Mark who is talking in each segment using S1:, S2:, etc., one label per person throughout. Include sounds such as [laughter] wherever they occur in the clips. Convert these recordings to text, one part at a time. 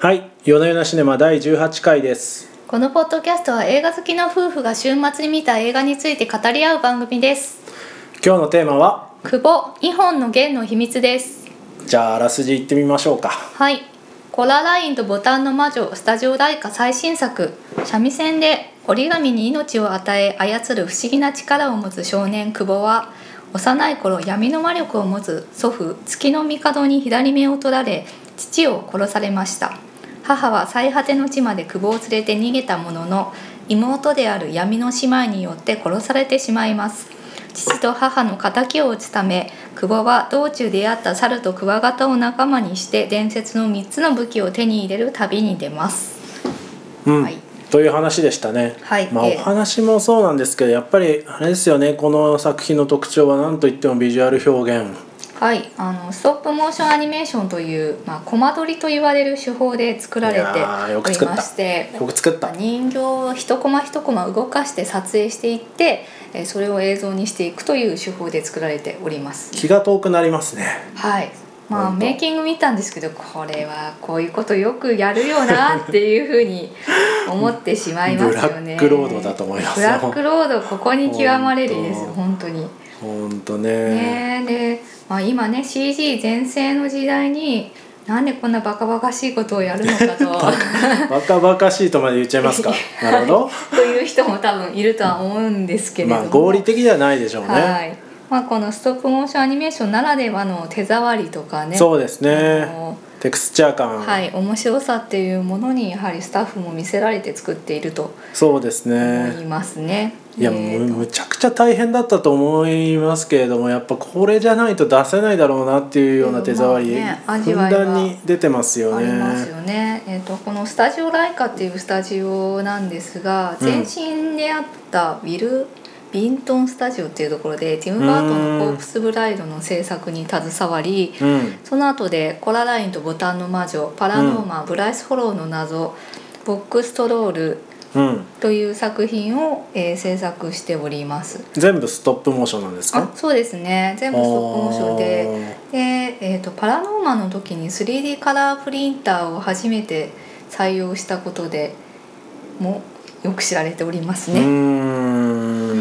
S1: はい、夜な夜なシネマ第18回です。
S2: このポッドキャストは映画好きの夫婦が週末に見た映画について語り合う番組です
S1: 今日のテーマは、
S2: 久保2本の弦の秘密です
S1: じゃああらすじ行ってみましょうか。
S2: はいコララインとボタンの魔女スタジオライカ最新作三味線で折り紙に命を与え操る不思議な力を持つ少年久保は幼い頃闇の魔力を持つ祖父月の帝に左目を取られ父を殺されました母は最果ての地まで久保を連れて逃げたものの妹である闇の姉妹によって殺されてしまいます父と母の敵を討つため久保は道中出会った猿とクワガタを仲間にして伝説の3つの武器を手に入れる旅に出ます
S1: うん、
S2: はい
S1: という話でしたね。
S2: はい
S1: まあ、
S2: ええ
S1: お話もそうなんですけど、やっぱりあれですよね。この作品の特徴は何と言ってもビジュアル表現。
S2: はいあのストップモーションアニメーションという、まあ、コマ撮りと言われる手法で作られ
S1: いやー
S2: て
S1: よ
S2: お
S1: く
S2: り
S1: 作った
S2: まして
S1: よく作った。
S2: 人形を一コマ一コマ動かして撮影していってえーそれを映像にしていくという手法で作られております
S1: 気が遠くなりますね。
S2: はいまあ
S1: 本当
S2: メイキング見たんですけどこれはこういうことよくやるよなっていうふうに思ってしまいますよね
S1: ブラックロードだと思います
S2: ブ
S1: よ
S2: ラックロードここに極まれりですよ
S1: 本
S2: 本当に
S1: 本当ね。
S2: ねで、まあ、今ね CG 全盛の時代になんでこんなバカバカしいことをやるのかと
S1: [laughs] バカバカしいとまで言っちゃいますか。なるほ
S2: という人も多分いるとは思うんですけ
S1: ど。
S2: れど
S1: ま
S2: も、
S1: あ合理的ではないでしょうね。
S2: はいまあ、このストップモーションアニメーションならではの手触りとかね
S1: そうです
S2: あ
S1: ね。
S2: の
S1: テクスチャー感。
S2: はい、面白さっていうものにやはりスタッフも見せられて作っていると
S1: そうですね。
S2: 思いますね。
S1: いや
S2: え
S1: む
S2: ーと
S1: むちゃくちゃ大変だったと思いますけれどもやっぱこれじゃないと出せないだろうなっていうような手触り、
S2: でもまあね
S1: ふん
S2: 味わいは
S1: だんに出てますよ
S2: あ
S1: ね。
S2: りますよね。えっ、とこのスタジオライカっていうスタジオなんですが、
S1: うん
S2: 前身であったウィルビントンスタジオっていうところでティムバートンのコープスブライドの制作に携わり、
S1: うん、
S2: その後でコララインとボタンの魔女、パラノーマー、ブライスフォローの謎、ボックストロール
S1: うん、
S2: という作品を、えー制作しております。
S1: 全部ストップモーションなんです
S2: あ
S1: か？
S2: そうですね全部ストップモーションでで、えー、とパラノーマの時に 3D カラープリンターを初めて採用したことでもよく知られております
S1: あーうー
S2: ね。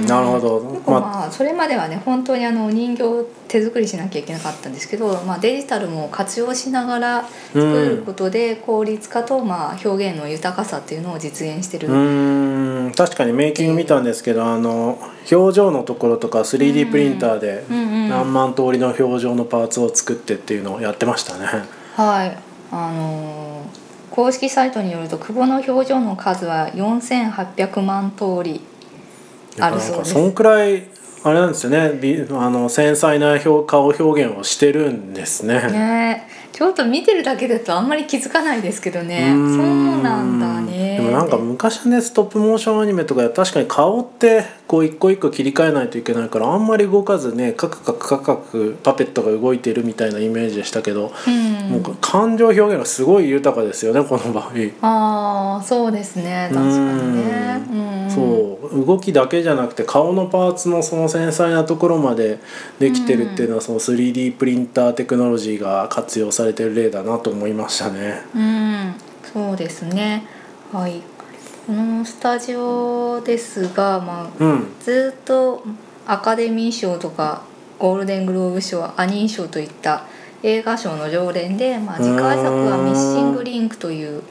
S1: ん、なるほど。
S2: 結構
S1: ま
S2: まあそれまではね本当にあの人形を手作りしなきゃいけなかったんですけど、まあ、デジタルも活用しながら作ることで効率化とまあ表現の豊かさっていうのを実現してる
S1: うーん、確かにメイキング見たんですけど、あの表情のところとか 3D プリンターで
S2: うんうん
S1: 何万通りの表情のパーツを作ってっていうのをやってましたね。
S2: はい、あのー公式サイトによると久保の表情の数は4800万通りあるそ
S1: な
S2: うです
S1: んかそんくらいあれなんですよねびあの繊細な評価を表現をしてるんですね
S2: ねえちょっと見てるだけだとあんまり気づかないですけどね
S1: ー
S2: そうなんだね
S1: でもなんか昔ねストップモーションアニメとか確かに顔ってこう一個一個切り替えないといけないからあんまり動かずねカクカクカクカクパペットが動いてるみたいなイメージでしたけど、
S2: うん
S1: もう感情表現がすごい豊かですよねこの場合。
S2: ああそうですね確かにね
S1: う
S2: うん
S1: そう動きだけじゃなくて顔のパーツのその繊細なところまでできてるっていうのはその 3D プリンターテクノロジーが活用されてる例だなと思いましたね。
S2: うん、そうですねはいこのスタジオですがまあ
S1: うん、
S2: ずっとアカデミー賞とかゴールデングローブ賞アニー賞といった映画賞の常連で、まあ、次回作は
S1: うーん
S2: 「ミッシング・リンク」という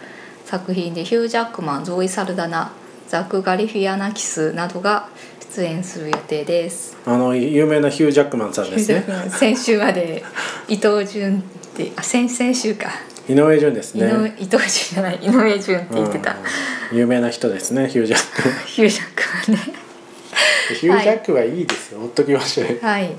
S2: 作品でヒュー・ジャックマンゾーイ・サルダナザク・ガリフィアナキスなどが出演する予定です。
S1: あの有名なヒュー・ジャックマンさんですね。
S2: 先週まで伊藤潤ってあ先々週か、
S1: 井上順です
S2: 井上
S1: ね。
S2: 伊藤潤じゃない井上潤って言ってた、
S1: うん有名な人ですねヒュー・ジャック。
S2: ヒュー・ジャックマンね。
S1: [laughs] ヒュー・ジャックはいいですよ。ほっときま [laughs] しょうよ。
S2: はい。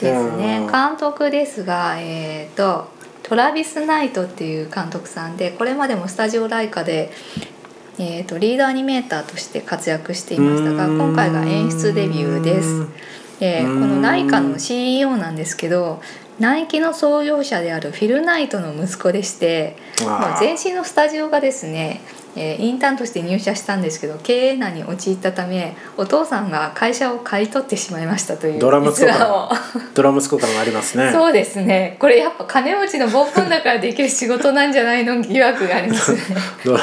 S2: です
S1: う
S2: ね
S1: ん。
S2: 監督ですが、えっ、と。トラビス・ナイトっていう監督さんでこれまでもスタジオライカで、えー、とリードアニメーターとして活躍していましたが
S1: うーん
S2: 今回が演出デビューです、えー
S1: うーん
S2: このライカの CEO なんですけどナイキの創業者であるフィル・ナイトの息子でして
S1: あー
S2: まあ前身のスタジオがですねえーインターンとして入社したんですけど経営難に陥ったためお父さんが会社を買い取ってしまいましたという
S1: ドラマ
S2: 逸
S1: 作
S2: 話
S1: 感
S2: を
S1: ドラマ作感がありますね
S2: そうですねこれやっぱ金持ちのボンボンだからできる仕事なんじゃないの疑惑があり [laughs] ますね
S1: [laughs] ドラ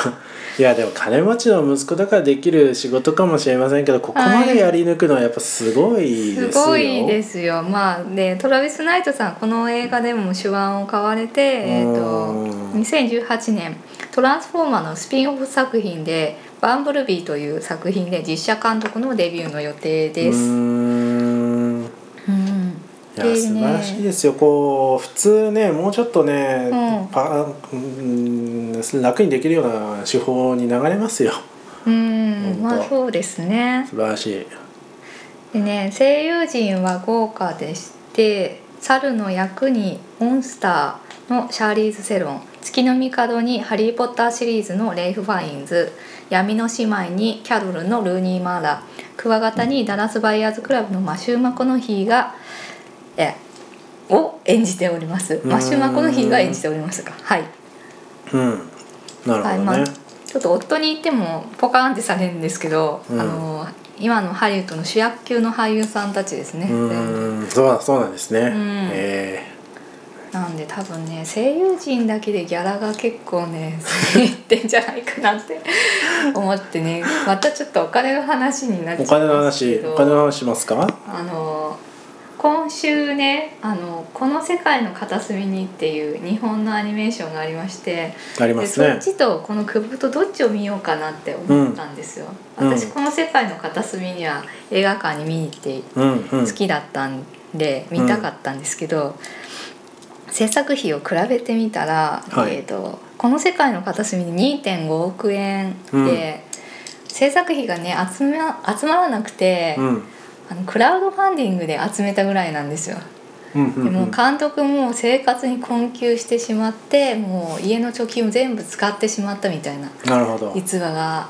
S1: いやでも金持ちの息子だからできる仕事かもしれませんけどここまでやり抜くのはやっぱすごいです
S2: す
S1: よ
S2: ごいですよまあでトラビス・ナイトさんこの映画でも手腕を買われて、えー、
S1: う
S2: と
S1: ん
S2: 2018年「トランスフォーマー」のスピンオフ作品で「バンブルビー」という作品で実写監督のデビューの予定で
S1: うー
S2: す。
S1: ん
S2: うん
S1: いや素晴らしいですよこう普通ねもうちょっとね、
S2: うん
S1: パうん楽にできるような手法に流れますよ
S2: うん、
S1: 本当
S2: まあそうですね。
S1: 素晴らしい
S2: でね、声優陣は豪華でして、猿の役にモンスターのシャーリーズ・セロン、月の帝にハリー・ポッターシリーズのレイフ・ファインズ、闇の姉妹にキャロルのルーニー・マーラ、クワガタにダラス・バイヤーズ・クラブのマシューマコノヒーが、え、を演じております。
S1: ん
S2: マシューマコノヒーが演じておりますが、はい。
S1: うんなるほどね、
S2: はいまあ、ちょっと夫に言ってもポカーンってされるんですけど、
S1: うん
S2: あの今のハリウッドの主役級の俳優さんたちですね、
S1: うーんそうだそうなんですね、
S2: ん
S1: え
S2: なんで多分ね声優陣だけでギャラが結構ねいってんじゃないかなって思っ
S1: [laughs]
S2: てねまたちょっとお金の話になっ
S1: ーお
S2: ちゃ
S1: 金
S2: い
S1: の
S2: ます
S1: 話
S2: けど
S1: お金の話しますか
S2: あの今週ねあの「この世界の片隅に」っていう日本のアニメーションがありまして
S1: ありま
S2: ですそっ
S1: ね
S2: ちとこの久保とどっちを見ようかなって思ったんですよ、
S1: うん
S2: 私
S1: うん
S2: この世界の片隅には映画館に見に行って
S1: うんうん
S2: 好きだったんで見たかったんですけど、制作費を比べてみたら、
S1: はい
S2: えー、とこの世界の片隅に2.5億円で、
S1: うん
S2: 制作費がね集め集まらなくて、
S1: うん
S2: あのクラウドファンディングで集めたぐらいなんですよ。
S1: うんうん
S2: で
S1: うん
S2: もう監督も生活に困窮してしまってもう家の貯金を全部使ってしまったみたいな
S1: なるほど
S2: 逸話が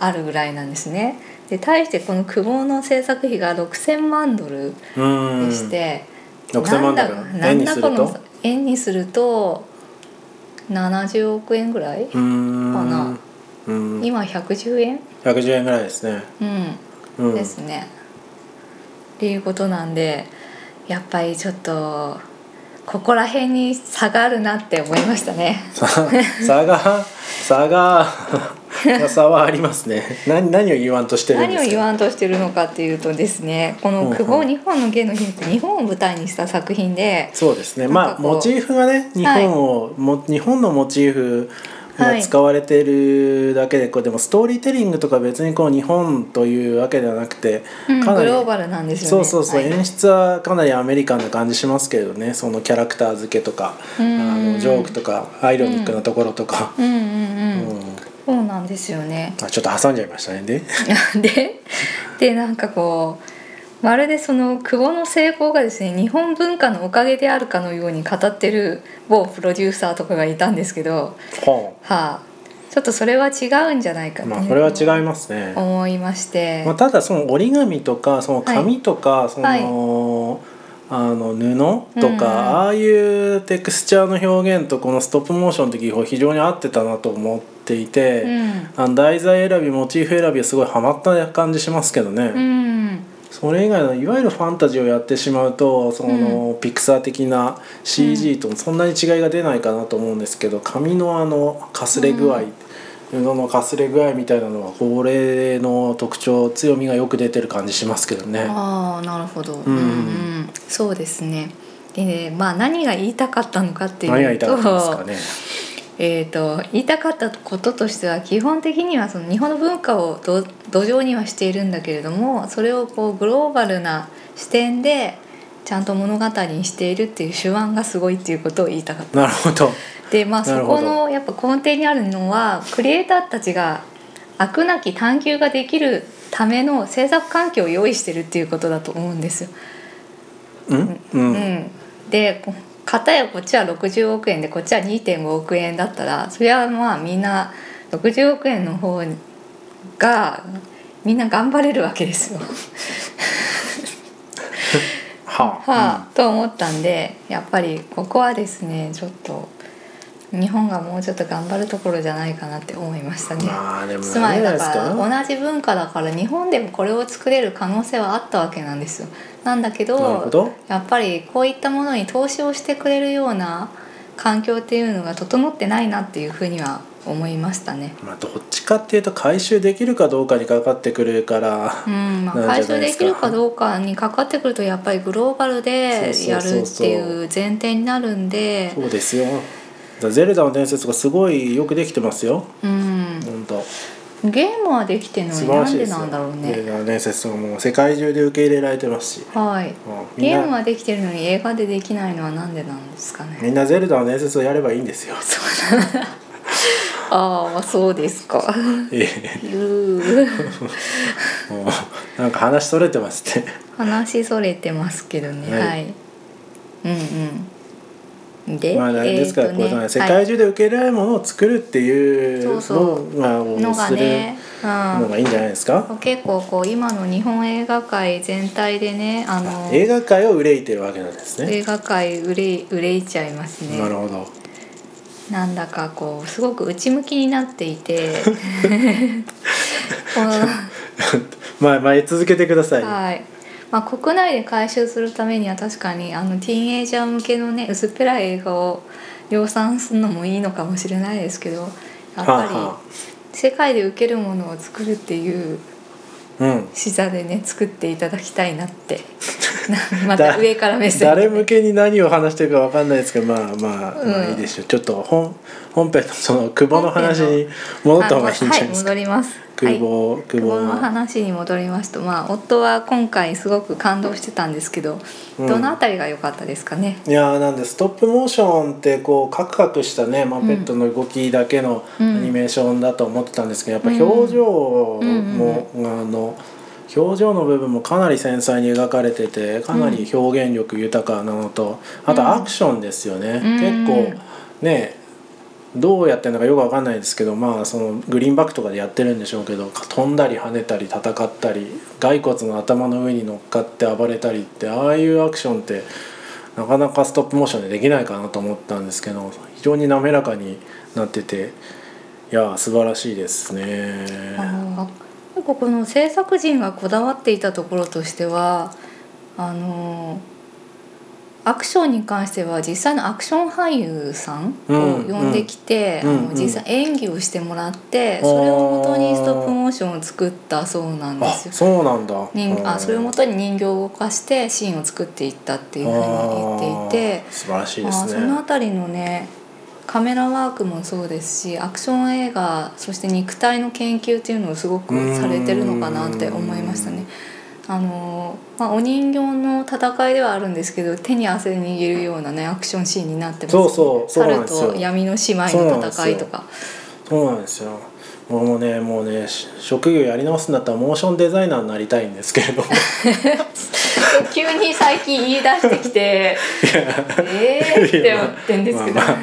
S2: あるぐらいなんですね。で対してこの久保の制作費が6,000万ドル
S1: うーん
S2: でして、
S1: 6000万ドル
S2: な
S1: 円
S2: ん
S1: に
S2: だ
S1: する
S2: かなんだことの円にすると70億円ぐらい、
S1: うーん
S2: かな
S1: うん
S2: 今110円、
S1: 110円ぐらいですね
S2: うん
S1: うん
S2: ですね。っていうことなんでやっぱりちょっとここら辺に差があるなって思いましたね。
S1: さ差が差が差はありますね [laughs] 何何を言わんとしてるん
S2: 何
S1: で
S2: を
S1: す
S2: 言
S1: か
S2: わんとしてるのかっていうとですねこ
S1: うんう
S2: の
S1: ん
S2: 「久保日本の芸の秘密」日本を舞台にした作品で
S1: そうですね
S2: なん
S1: ま
S2: か
S1: あ
S2: こう
S1: モチーフがね日本を、も日本のモチーフ
S2: は
S1: が
S2: い
S1: 使われてるだけで、こうでもストーリーテリングとか別にこう日本というわけではなくて
S2: うんグ
S1: かなり、
S2: ローバルなんですよ
S1: そ
S2: ね。
S1: うそうそう、
S2: はい
S1: 演出はかなりアメリカンな感じしますけれどねそのキャラクター付けとかあ
S2: うん
S1: のジョークとかアイロニックなところとか、
S2: うんうんうん、
S1: うん
S2: そうなんですよね。 [laughs]
S1: あちょっと挟んじゃいましたねで
S2: ででなんかこうまるでその久保の成功がですね日本文化のおかげであるかのように語ってる某プロデューサーとかがいたんですけど、
S1: ほ
S2: はあ、ちょっとそれは違うんじゃないか
S1: う
S2: と
S1: まあこれは違いますね、
S2: 思いまして、
S1: まあ、ただその折り紙とかその紙とか、その、
S2: はい
S1: あの布とか、
S2: うんうん
S1: ああいうテクスチャーの表現とこのストップモーションって技法非常に合ってたなと思っていて、
S2: うん
S1: あの題材選びモチーフ選びはすごいハマった感じしますけどね、
S2: うん
S1: それ以外のいわゆるファンタジーをやってしまうとその、ピクサー的な CG とそんなに違いが出ないかなと思うんですけど紙のあのかすれ具合、布のかすれ具合みたいなのはこれの特徴強みがよく出てる感じしますけどね。
S2: ああなるほど、
S1: ん
S2: うんうんそうですねでねまあ何が言いたかったのかっていうと
S1: 何が言いたかったんです
S2: えー、と言いたかったこととしては基本的にはその日本の文化をど土壌にはしているんだけれどもそれをこうグローバルな視点でちゃんと物語にしているっていう手腕がすごいっていうことを言いたかった。
S1: かね。な
S2: [laughs]
S1: るほど。
S2: でまあ
S1: な
S2: そ
S1: るほど
S2: このやっぱ根底にあるのはクリエイターたちが飽くなき探求ができるための制作環境を用意してるっていうことだと思うんですよ。
S1: うん、う、
S2: うんん、でこ片やこっちは60億円でこっちは2.5億円だったらそれはまあみんな60億円の方がみんな頑張れるわけですよ。
S1: はあ、
S2: はあ、と思ったんでやっぱりここはですねちょっとう日本がもうちょっと頑張るところじゃないかなって思いましたね。
S1: まあでも
S2: つま
S1: あ
S2: り
S1: れじゃない
S2: だ
S1: ですか
S2: から同じ文化だから日本でもこれを作れる可能性はあったわけなんですよ。なんだけど
S1: なるほど
S2: やっぱりこういったものに投資をしてくれるような環境っていうのが整ってないなっていうふうには思いましたね。
S1: まあどっちかっていうと回収できるかどうかにかかってくるから、
S2: うんまあ、
S1: なん
S2: 回
S1: じゃ
S2: 収
S1: ないで
S2: です
S1: か
S2: きるかどうかにかかってくるとやっぱりグローバルでやるっていう前提になるんで
S1: そうですよ「ゼルダの伝説」がすごいよくできてますよ
S2: うん
S1: 本当
S2: ゲームはできてるの
S1: 素
S2: に
S1: 晴
S2: な
S1: らしい
S2: ん
S1: で
S2: です
S1: よ
S2: なんだろう
S1: ゼル
S2: ね。
S1: ダの伝説とかもう世界中で受け入れられてますし、
S2: はい
S1: うんみん
S2: ゲーム
S1: な
S2: はできてるのに映画でできないのはなんでなんですかね。
S1: みんなゼルダの伝説をやればいいんですよ
S2: [laughs] ああそうですか。
S1: ええ
S2: うー
S1: もうなんか話それてますね
S2: 話それてますけどね。
S1: はい
S2: はい。うんうん。で、
S1: まあですから、
S2: えー
S1: ことう
S2: ね
S1: いうのは世
S2: は
S1: 界
S2: い
S1: 中で受け入れられるものを作るっていうの
S2: そうそう
S1: がを
S2: のが
S1: する
S2: ね、うん、
S1: のがいいんじゃないですか、
S2: 結構こう今の日本映画界全体でねあの
S1: 映画界を憂いてるわけなんですね
S2: 映画界憂い憂いちゃいますね
S1: なるほど [laughs]
S2: なんだかこうすごく内向きになって
S1: [laughs]
S2: いて [laughs] この
S1: まあ前続けてください、
S2: はいまあ、国内で回収するためには確かにあのティーンエイジャー向けのね薄っぺらい映画を量産するのもいいのかもしれないですけどやっ
S1: はあ
S2: ぱ
S1: は
S2: り世界で受けるものを作るっていう
S1: うん
S2: 視座でね作っていただきたいなって
S1: [laughs]
S2: なまた上から目線で
S1: 誰向けに何を話してるかわかんないですけどまあまあ、
S2: うん
S1: まあいいでしょうちょっと本本編のその久保の話に戻った方がいいんじゃないですか、
S2: あはい戻ります
S1: 久保、
S2: はい、
S1: 久
S2: 久
S1: 保
S2: 保
S1: の
S2: の話に戻りますとまあ夫は今回すごく感動してたんですけど、
S1: うん
S2: どのあたりが良かったですかね
S1: いやーなんでストップモーションってこうカクカクしたね、まあ、ペットの動きだけのア
S2: うん
S1: ニメーションだと思ってたんですけど、やっぱ表情も、あの表情の部分もかなり繊細に描かれててかなり表現力豊かなのと、あとアクションですよね、
S2: うん
S1: 結構ねどうやってるのかよくわかんないですけどまあそのグリーンバックとかでやってるんでしょうけど飛んだり跳ねたり戦ったり骸骨の頭の上に乗っかって暴れたりってああいうアクションってなかなかストップモーションでできないかなと思ったんですけど非常に滑らかになってていやー素晴らしいですね。
S2: あー結構この制作陣がこだわっていたところとしてはあのアクションに関しては実際のアクション俳優さんを呼んできて、
S1: うんうん
S2: あ
S1: うんう
S2: の
S1: ん
S2: 実際演技をしてもらって、
S1: あー
S2: それをもとにストップモーションを作ったそうなんで
S1: あ
S2: すよ。
S1: そうなんだ。
S2: 人あそれをも
S1: っ
S2: とに人形を動かしてシーンを作っていったって
S1: て
S2: いうふうに言っていて
S1: 素晴らしいで
S2: あー
S1: す
S2: その
S1: ね。
S2: 辺りのねカメラワークもそうですしアクション映画そして肉体の研究っていうのをすごくされてるのかなって思いましたね。あのーまあ、お人形の戦いではあるんですけど手に汗握るようなねアクションシーンになってますね
S1: そうそうそうなん
S2: 猿
S1: ですよ
S2: と闇の姉妹の戦いとか
S1: そうなんですよ。もうもうねもうねし職業やり直すんだったらモーションデザイナーになりたいんですけれども
S2: [laughs] 急に最近言い出して
S1: [laughs]
S2: きてええー、って思ってんですけど、
S1: まあまあ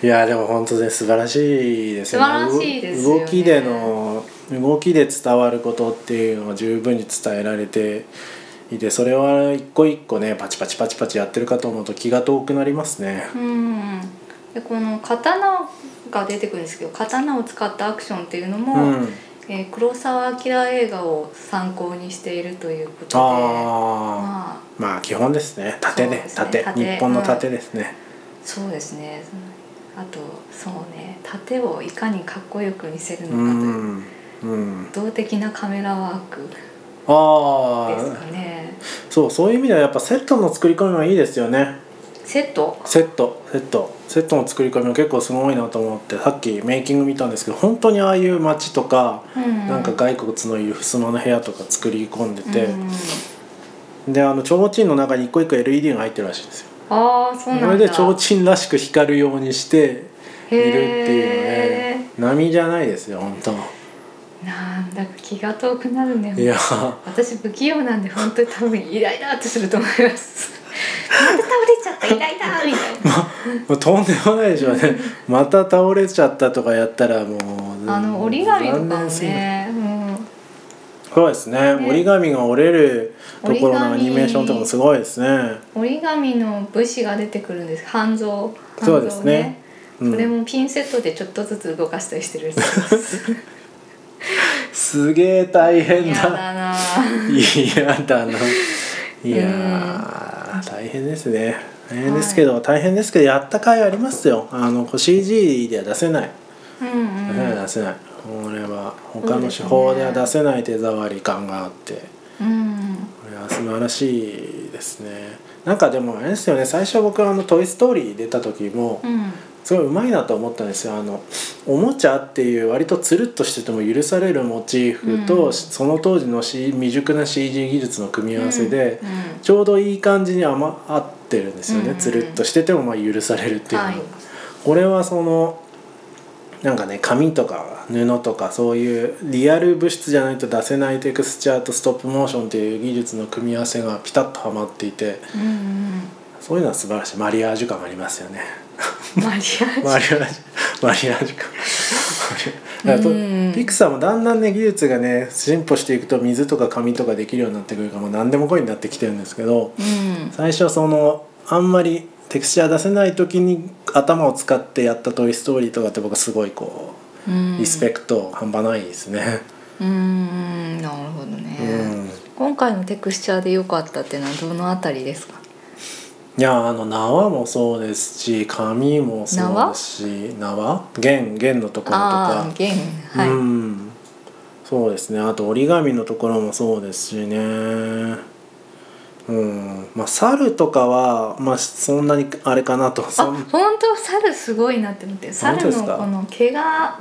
S1: いやでも本当ね素晴らしいですよね
S2: 素晴らしいですよね
S1: 動きでの動きで伝わることっていうのが十分に伝えられていてそれは一個一個ねパチパチパチパチやってるかと思うと気が遠くなりますね。
S2: うんでこの刀が出てくるんですけど刀を使ったアクションっていうのも、
S1: うん、
S2: えー黒澤明映画を参考にしているということ
S1: あ
S2: で
S1: あ
S2: まあ
S1: まあ基本ですね縦ね
S2: そうで
S1: 縦
S2: すね盾
S1: 日本の縦ですね。
S2: そうですねあとそうね盾をいかにかっこよく見せるの
S1: う
S2: かという、
S1: んうん、
S2: 動的なカメラワーク
S1: あ
S2: です
S1: あ
S2: かね
S1: そうそういう意味ではやっぱセットの作り込みはいいですよね。
S2: セット
S1: セットセットセットの作り込みも結構すごいなと思ってさっきメイキング見たんですけど本当にああいう街とか、なんか骸骨のいる襖の部屋とか作り込んでて、
S2: うん
S1: であの提灯の中に一個一個 LED が入ってるらしいんですよ。
S2: ああそうなんだ
S1: これで提灯らしく光るようにしているっていう
S2: へ
S1: ね波じゃないですよ本当
S2: ーなんだか気が遠くなるね
S1: いや
S2: 私不器用なんで本当に多分イライラってすると思います。なんで倒れちゃったイライラみたいな。
S1: もうとんでもないでしょうねまた倒れちゃったとかやったらもう
S2: [laughs] あの折り紙とかも
S1: 残念すぎる
S2: ね、うん、
S1: そうですね
S2: ね
S1: 折り紙が折れるところのアニメーションとかもすごいですね
S2: 折り紙の武士が出てくるんです。半蔵。
S1: そうですね。うん
S2: これもピンセットでちょっとずつ動かしたりしてるんです。
S1: すげえ大変
S2: 嫌
S1: だ
S2: だなあ。
S1: 嫌だ [laughs] ないやー大変ですね大変ですけど、大変ですけどやった甲斐ありますよあのこう CG では出せない
S2: う
S1: 出
S2: んう
S1: せ
S2: ん。
S1: ない出せないこれは
S2: そ
S1: 他の
S2: うで
S1: 手
S2: すね
S1: 法では出せない手触り感があって、
S2: うん。
S1: これは素晴らしいですねなんかでもあれですよね最初僕あの「トイ・ストーリー」出た時も
S2: うん。
S1: すごいうまいなと思ったんですよあのおもちゃっていう割とつるっとしてても許されるモチーフと、
S2: うん
S1: その当時の、C、未熟な CG 技術の組み合わせで、
S2: うんうん
S1: ちょうどいい感じにあま合ってるんですよね、
S2: うん
S1: つるっとしててもまあ許されるっていうのは、
S2: はい
S1: これはそのなんかね紙とか布とかそういうリアル物質じゃないと出せないテクスチャーとストップモーションっていう技術の組み合わせがピタッとはまっていて
S2: うん
S1: そういうのは素晴らしいマリアージュ感ありますよね。
S2: うん。マリアージュ。
S1: マリアージュマリアージュかマリアだからと
S2: うん
S1: ピクサーもだんだんね技術がね進歩していくと水とか紙とかできるようになってくるからもう何でもこいになってきてるんですけど
S2: うん。
S1: 最初そのあんまりテクスチャー出せない時に頭を使ってやった「トイ・ストーリー」とかって僕はすごいこ
S2: うん
S1: うリスペクト半端ないですね。
S2: うんなるほどね、
S1: うん
S2: 今回のテクスチャーで良かったっていうのはどのあたりですか
S1: いやあの縄もそうですし紙もそうですし縄弦弦のところとか
S2: ああ弦はい、
S1: うんそうですねあと折り紙のところもそうですしねうんまあ猿とかは、まあ、そんなにあれかなとそ
S2: あ
S1: ん
S2: 本当猿すごいなって思って
S1: 本当で
S2: 猿
S1: す
S2: の
S1: か
S2: この毛が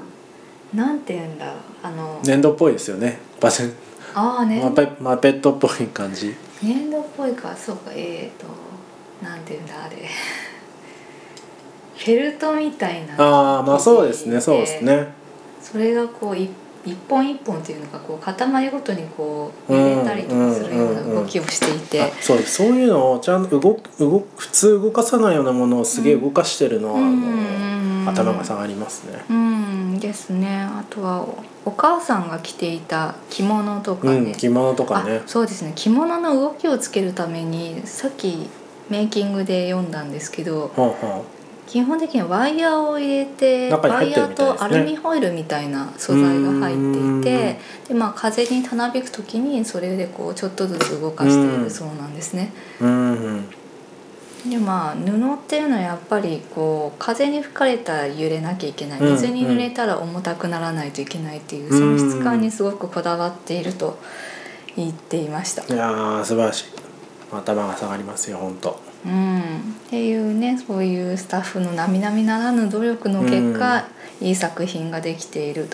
S2: なんて言うんだろうあの、
S1: 粘土っぽいですよねバセン、
S2: ああね
S1: まあ、ペまあペットっぽい感じ
S2: 粘土っぽいかそうかえー、となんて言うんだあれフェルトみたいな
S1: ああまあそうですねそうですね
S2: それがこうい一本一本っていうのがこう塊ごとにこう
S1: うん
S2: 入れたりとかするような動きをしていて、
S1: あそうですそういうのをちゃんと動く動く普通動かさないようなものをすげえ動かしてるのは、
S2: うん
S1: あ
S2: うんうん
S1: の頭が下がりますね
S2: うんですねあとはおお母さんが着ていた着物とか
S1: う
S2: ね、
S1: ん着物とかね
S2: あそうですね着物の動きをつけるためにさっきメイキングで読んだんですけど
S1: ほうほ
S2: 基本的にはワイヤーを入れて、
S1: 中に
S2: ワ
S1: 入っ
S2: イ
S1: て
S2: ヤ
S1: るみ
S2: ー
S1: たいですね
S2: とアルミホイルみたいな素材が入っていてで、まあ、風にたなびく時にそれでこうちょっとずつ動かしているそうなんですね。
S1: ううんうん
S2: でまあ布っていうのはやっぱりこう風に吹かれたら揺れなきゃいけない
S1: うん
S2: 水に濡れたら重たくならないといけないっていうその質感にすごくこだわっていると言っていました。
S1: いやー素晴らしい頭が下がりますよ本当
S2: うん、っていうねそういうスタッフの並々ならぬ努力の結果、いい作品ができている
S1: う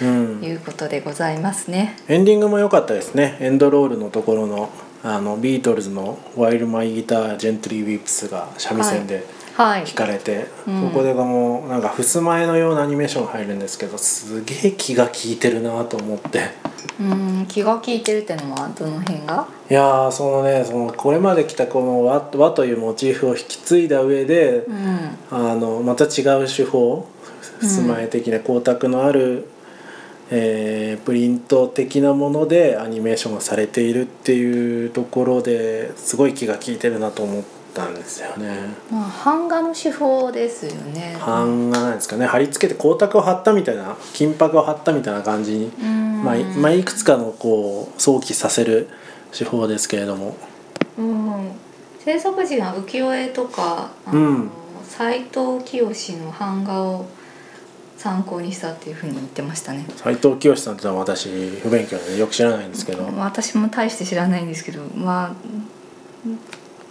S2: と
S1: ん
S2: いうことでございますね。
S1: エンディングも良かったですねエンドロールのところのあのビートルズの「ワイルマイギタージェントリーウィップス」が三味線で
S2: はい
S1: 弾かれて、
S2: う
S1: そ
S2: ん
S1: こでもうなんか襖絵のようなアニメーション入るんですけどすげえ気が利いてるなと思って
S2: うん気が利いてるってのはどの辺が
S1: いやーそのねそのこれまで来たこの和「和」というモチーフを引き継いだ上で
S2: う、ん
S1: あのまた違う手法
S2: うん
S1: 襖絵的な光沢のある、えープリント的なものでアニメーションがされているっていうところですごい気が利いてるなと思ったんですよね。
S2: まあ版画の手法ですよね。
S1: 版画なんですかね貼り付けて光沢を貼ったみたいな金箔を貼ったみたいな感じに、
S2: うん
S1: まあいまあ、いくつかのこう想起させる手法ですけれども。
S2: うん、制作時は浮世絵とかあ
S1: う
S2: の
S1: ん
S2: 斎、藤清の版画を参考にしたっていうふうに言ってましたね。
S1: 斉藤清さんってのは私不勉強でよく知らないんですけど、
S2: 私も大して知らないんですけどまあ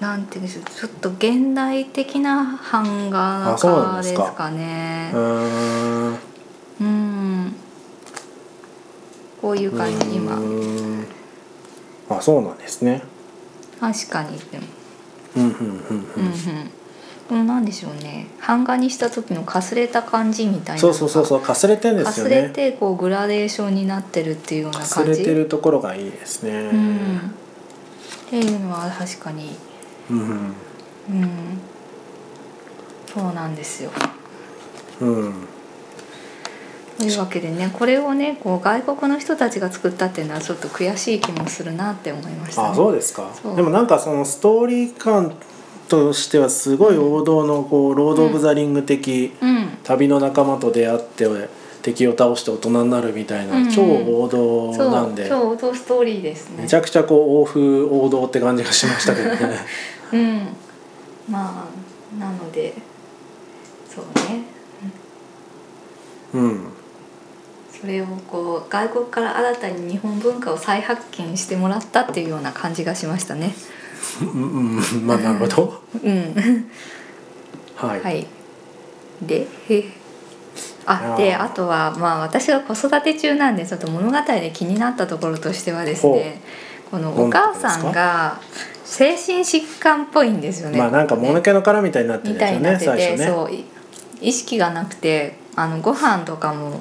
S2: なんて言うんでしょうちょっと現代的な版画
S1: あそうなんで
S2: 家ですす
S1: か
S2: かね
S1: うーん
S2: うんこういう感じ今
S1: うーんあそうなんですね
S2: 確かにでも
S1: うんうんうん
S2: うんうんこのなんでしょうね版画にした時のかすれた感じみたいなのが
S1: そうそうそうそうかすれてんで
S2: か
S1: すよ
S2: すれ
S1: ね
S2: てこうグラデーションになってるっていうような
S1: かす
S2: 感
S1: れ
S2: じ
S1: てるところがいいですね
S2: うんっていうのは確かに
S1: うん
S2: うんそうなんですよ
S1: うん、
S2: というわけでねこれをねこう外国の人たちが作ったっていうのはちょっと悔しい気もするなって思いました、ね、
S1: あそうですか
S2: そう
S1: でもなんかそのストーリー感としてはすごい王道のこうロード・オブ・ザ・リング的、
S2: うん
S1: 旅の仲間と出会って敵を倒して大人になるみたいな、
S2: うんうん
S1: 超王道
S2: そう
S1: なんで、
S2: 超王道ストーリーですね
S1: めちゃくちゃこう欧風王道って感じがしましたけどね
S2: [laughs] うんまあなのでそうね
S1: うん
S2: それをこう外国から新たに日本文化を再発見してもらったっていうような感じがしましたね
S1: うんうんまあなるほど
S2: うん
S1: はい、
S2: はい、でへあ
S1: あー
S2: であとはまあ私が子育て中なんでちょっと物語で気になったところとしてはですねこのお母さんが精神疾患っぽいんですよね。
S1: まあなんかもぬけの殻みたいになってる
S2: み
S1: んで
S2: た
S1: す
S2: い
S1: よ
S2: に
S1: ね
S2: なっ
S1: 最
S2: てて、
S1: 初ね
S2: そうい意識がなくてあのご飯とかも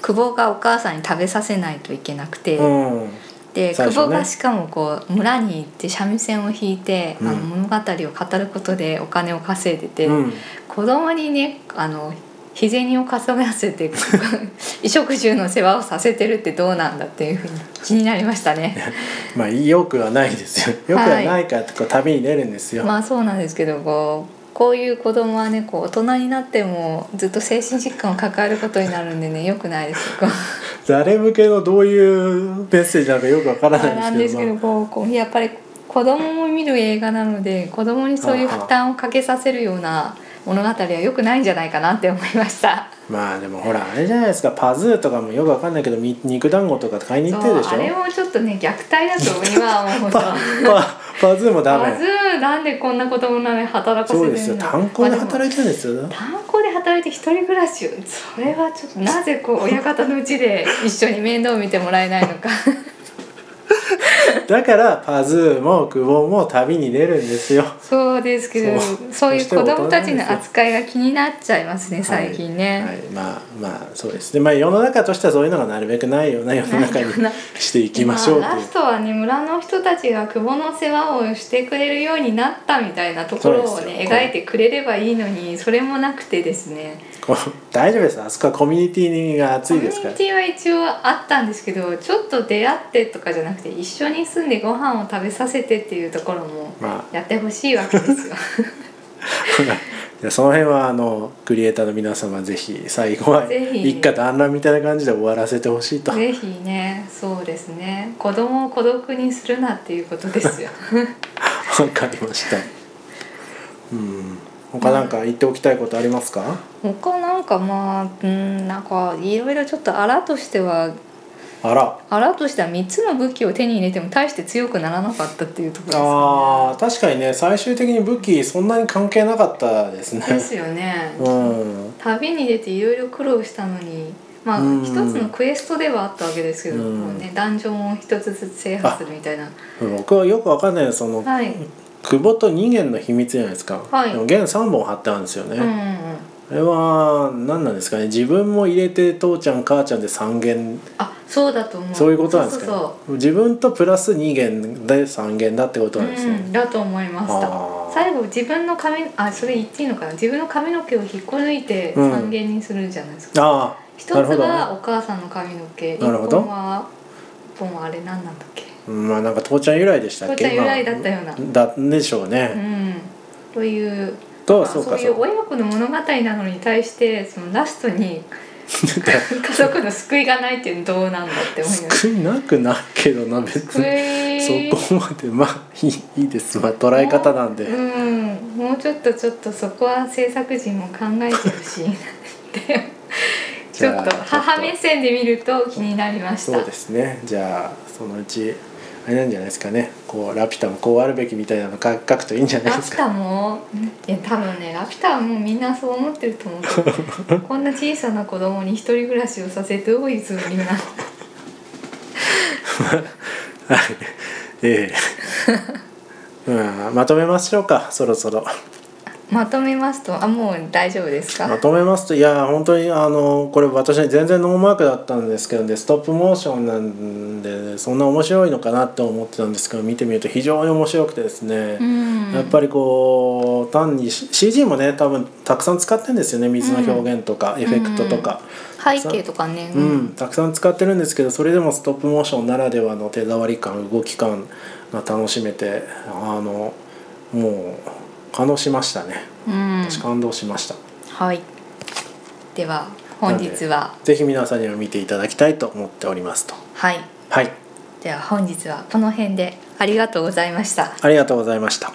S2: 久保がお母さんに食べさせないといけなくて、
S1: うん
S2: で
S1: 最
S2: 久
S1: 初ね
S2: 保がしかもこう村に行って三味線を弾いて、あの
S1: うん
S2: 物語を語ることでお金を稼いでて。
S1: うん
S2: 子供にねあの日銭を稼がせて [laughs] 衣食住の世話をさせてるってどうなんだっていうふうに気になりましたね。
S1: まあよくはないですよよくはないからこう旅に出るんですよ、
S2: まあそうなんですけどこうこういう子供はねこう大人になってもずっと精神疾患を抱えることになるんでねよくないですよ。こう
S1: 誰向けのどういうメッセージなのかよくわから
S2: な
S1: なんいん
S2: で
S1: ですす
S2: け
S1: け
S2: ど
S1: ど
S2: こうこうやっぱり子供も見る映画なので子供にそういう負担をかけさせるような物語はよくないんじゃないかなって思いました。
S1: まあでもほらあれじゃないですかパズーとかもよくわかんないけどみ肉団子とか買いに行ってるでし
S2: そうあれ
S1: ょ
S2: もちょっとね虐待だと今は思うと。
S1: パパズーも [laughs] ダ
S2: まず
S1: メ
S2: なんでこんな子供なのに働かせ
S1: そ
S2: て
S1: う
S2: るん
S1: で
S2: だ
S1: すよ炭鉱で働
S2: いて
S1: いてるんですよ
S2: 炭鉱で働いて一人暮らしをそれはちょっとなぜこう親方のうちで一緒に面倒を見てもらえない
S1: [laughs]
S2: のか
S1: だからパズーも久保も旅に出るんですよ
S2: そうですけど
S1: そ
S2: そうういう子供たちの扱いが気になっちゃいますね
S1: はい
S2: 最近ね、
S1: はい、まあまあそうですねまあ世の中としてはそういうのがなるべくないような世の中に
S2: ないような
S1: していきましょうと
S2: 今ラ
S1: いう
S2: ストはね村の人たちが久保の世話をしてくれるようになったみたいなところ
S1: そ
S2: を
S1: うで
S2: ね
S1: すよ
S2: 描いてくれればいいのにそれもなくてですね
S1: こう大丈夫ですあそこはコミュニティが熱いですから
S2: コミュニティは一応あったんですけどちょっと出会ってとかじゃなくて一緒に住んでご飯を食べさせてっていうところも
S1: まあ
S2: やってほしいわけです
S1: [laughs]
S2: よ。
S1: じゃあその辺はあのクリエイターの皆様ぜひ最後は
S2: ぜひ
S1: 一家団らんみたいな感じで終わらせてほしいと
S2: ぜひねそうですね子供を孤独にするなっていうことで
S1: [laughs]
S2: すよ。
S1: わかりましたうん他なんか言っておきたいことありますか、
S2: 他なんかまあうんなんかいろいろちょっとあらとしては
S1: あら
S2: あらとしては3つの武器を手に入れても大して強くならなかったっていうところですよ
S1: あー確かにね最終的に武器そんなに関係なかったですね
S2: ね。ですよね。
S1: うん
S2: 旅に出ていろいろ苦労したのにまあ
S1: うん
S2: 一つのクエストではあったわけですけ
S1: う
S2: ど、
S1: ん
S2: もうねダンジョンを一つずつ制覇するみたいな
S1: 僕はよくわかんないのその、
S2: はい、
S1: 久保と二元の秘密じゃないですか、
S2: はい
S1: でも弦3本貼ってあるんですよね、
S2: うんうんうん
S1: あれは何なんですかね自分も入れて父ちゃん母ちゃんで3弦
S2: あそうだと思う
S1: そういうことなんですかね
S2: そうそう
S1: 自分とプラス2弦で3弦だってこと
S2: そ
S1: な
S2: う
S1: んです
S2: う
S1: ね、
S2: ん、だと思いまし
S1: あー
S2: た最後自分の髪あそれ言っていいのかな自分の髪の毛を引っこ抜いて
S1: うん
S2: 三元にするじゃないですか、
S1: あ
S2: 一
S1: あ
S2: つ
S1: なるほど
S2: はお母さんの髪の毛一
S1: なるほど
S2: 本は一本はあれ何なんだっけ
S1: うんまあなんか父ちゃん由来でしたっけ
S2: 父ちゃん由来だったような
S1: まあだんでしょう
S2: う
S1: ね、
S2: んという
S1: と
S2: まあ
S1: そう
S2: そう
S1: か
S2: い
S1: そううか
S2: 親子の物語なのに対してそのラストに
S1: [laughs]
S2: 家族の救いがないっていうのどうなんだって思います
S1: 少なくないけどな
S2: [laughs]
S1: 別
S2: 救
S1: に
S2: い
S1: そこまでまあいいいいですまあ捉え方なんで、
S2: うんもうちょっとちょっとそこは制作陣も考えてほ
S1: [laughs]
S2: しいなって
S1: じ
S2: ちょ
S1: ゃあ
S2: っと
S1: ちょっと
S2: 母目線で見ると気になりました
S1: そうですねじゃあそのうちあれなんじゃないですかねこうラピュタもこうあるべきみたいなの書書くといいんじゃない
S2: ラ
S1: で
S2: ピ
S1: す
S2: ュ
S1: か
S2: タもいや多分ねラピュタはもうみんなそう思ってると思
S1: [laughs]
S2: うけどこんな小さな子供に一人暮らしをさせてどういうつもりなの
S1: はいええうん、まとめましょうかそろそろ
S2: まとめますとあもう大丈夫ですか
S1: まとめますといや本当にあのこれ私に全然ノーマークだったんですけどねストップモーションなんで、そんな面白いのかなって思ってたんですけど見てみると非常に面白くてですね、
S2: うん
S1: やっぱりこう単に C- CG もね多分たくさん使ってるんですよね水の表現とか、エフェクトとか、
S2: 背景とかね、
S1: うん、たくさん使ってるんですけどそれでもストップモーションならではの手触り感動き感が楽しめてあのもう感動しましたね
S2: うん
S1: 私感動しました、
S2: はいでは本日は
S1: ぜひ皆さんには見ていただきたいと思っておりますと
S2: はい
S1: はい
S2: では本日はこの辺でありがとうございました
S1: ありがとうございました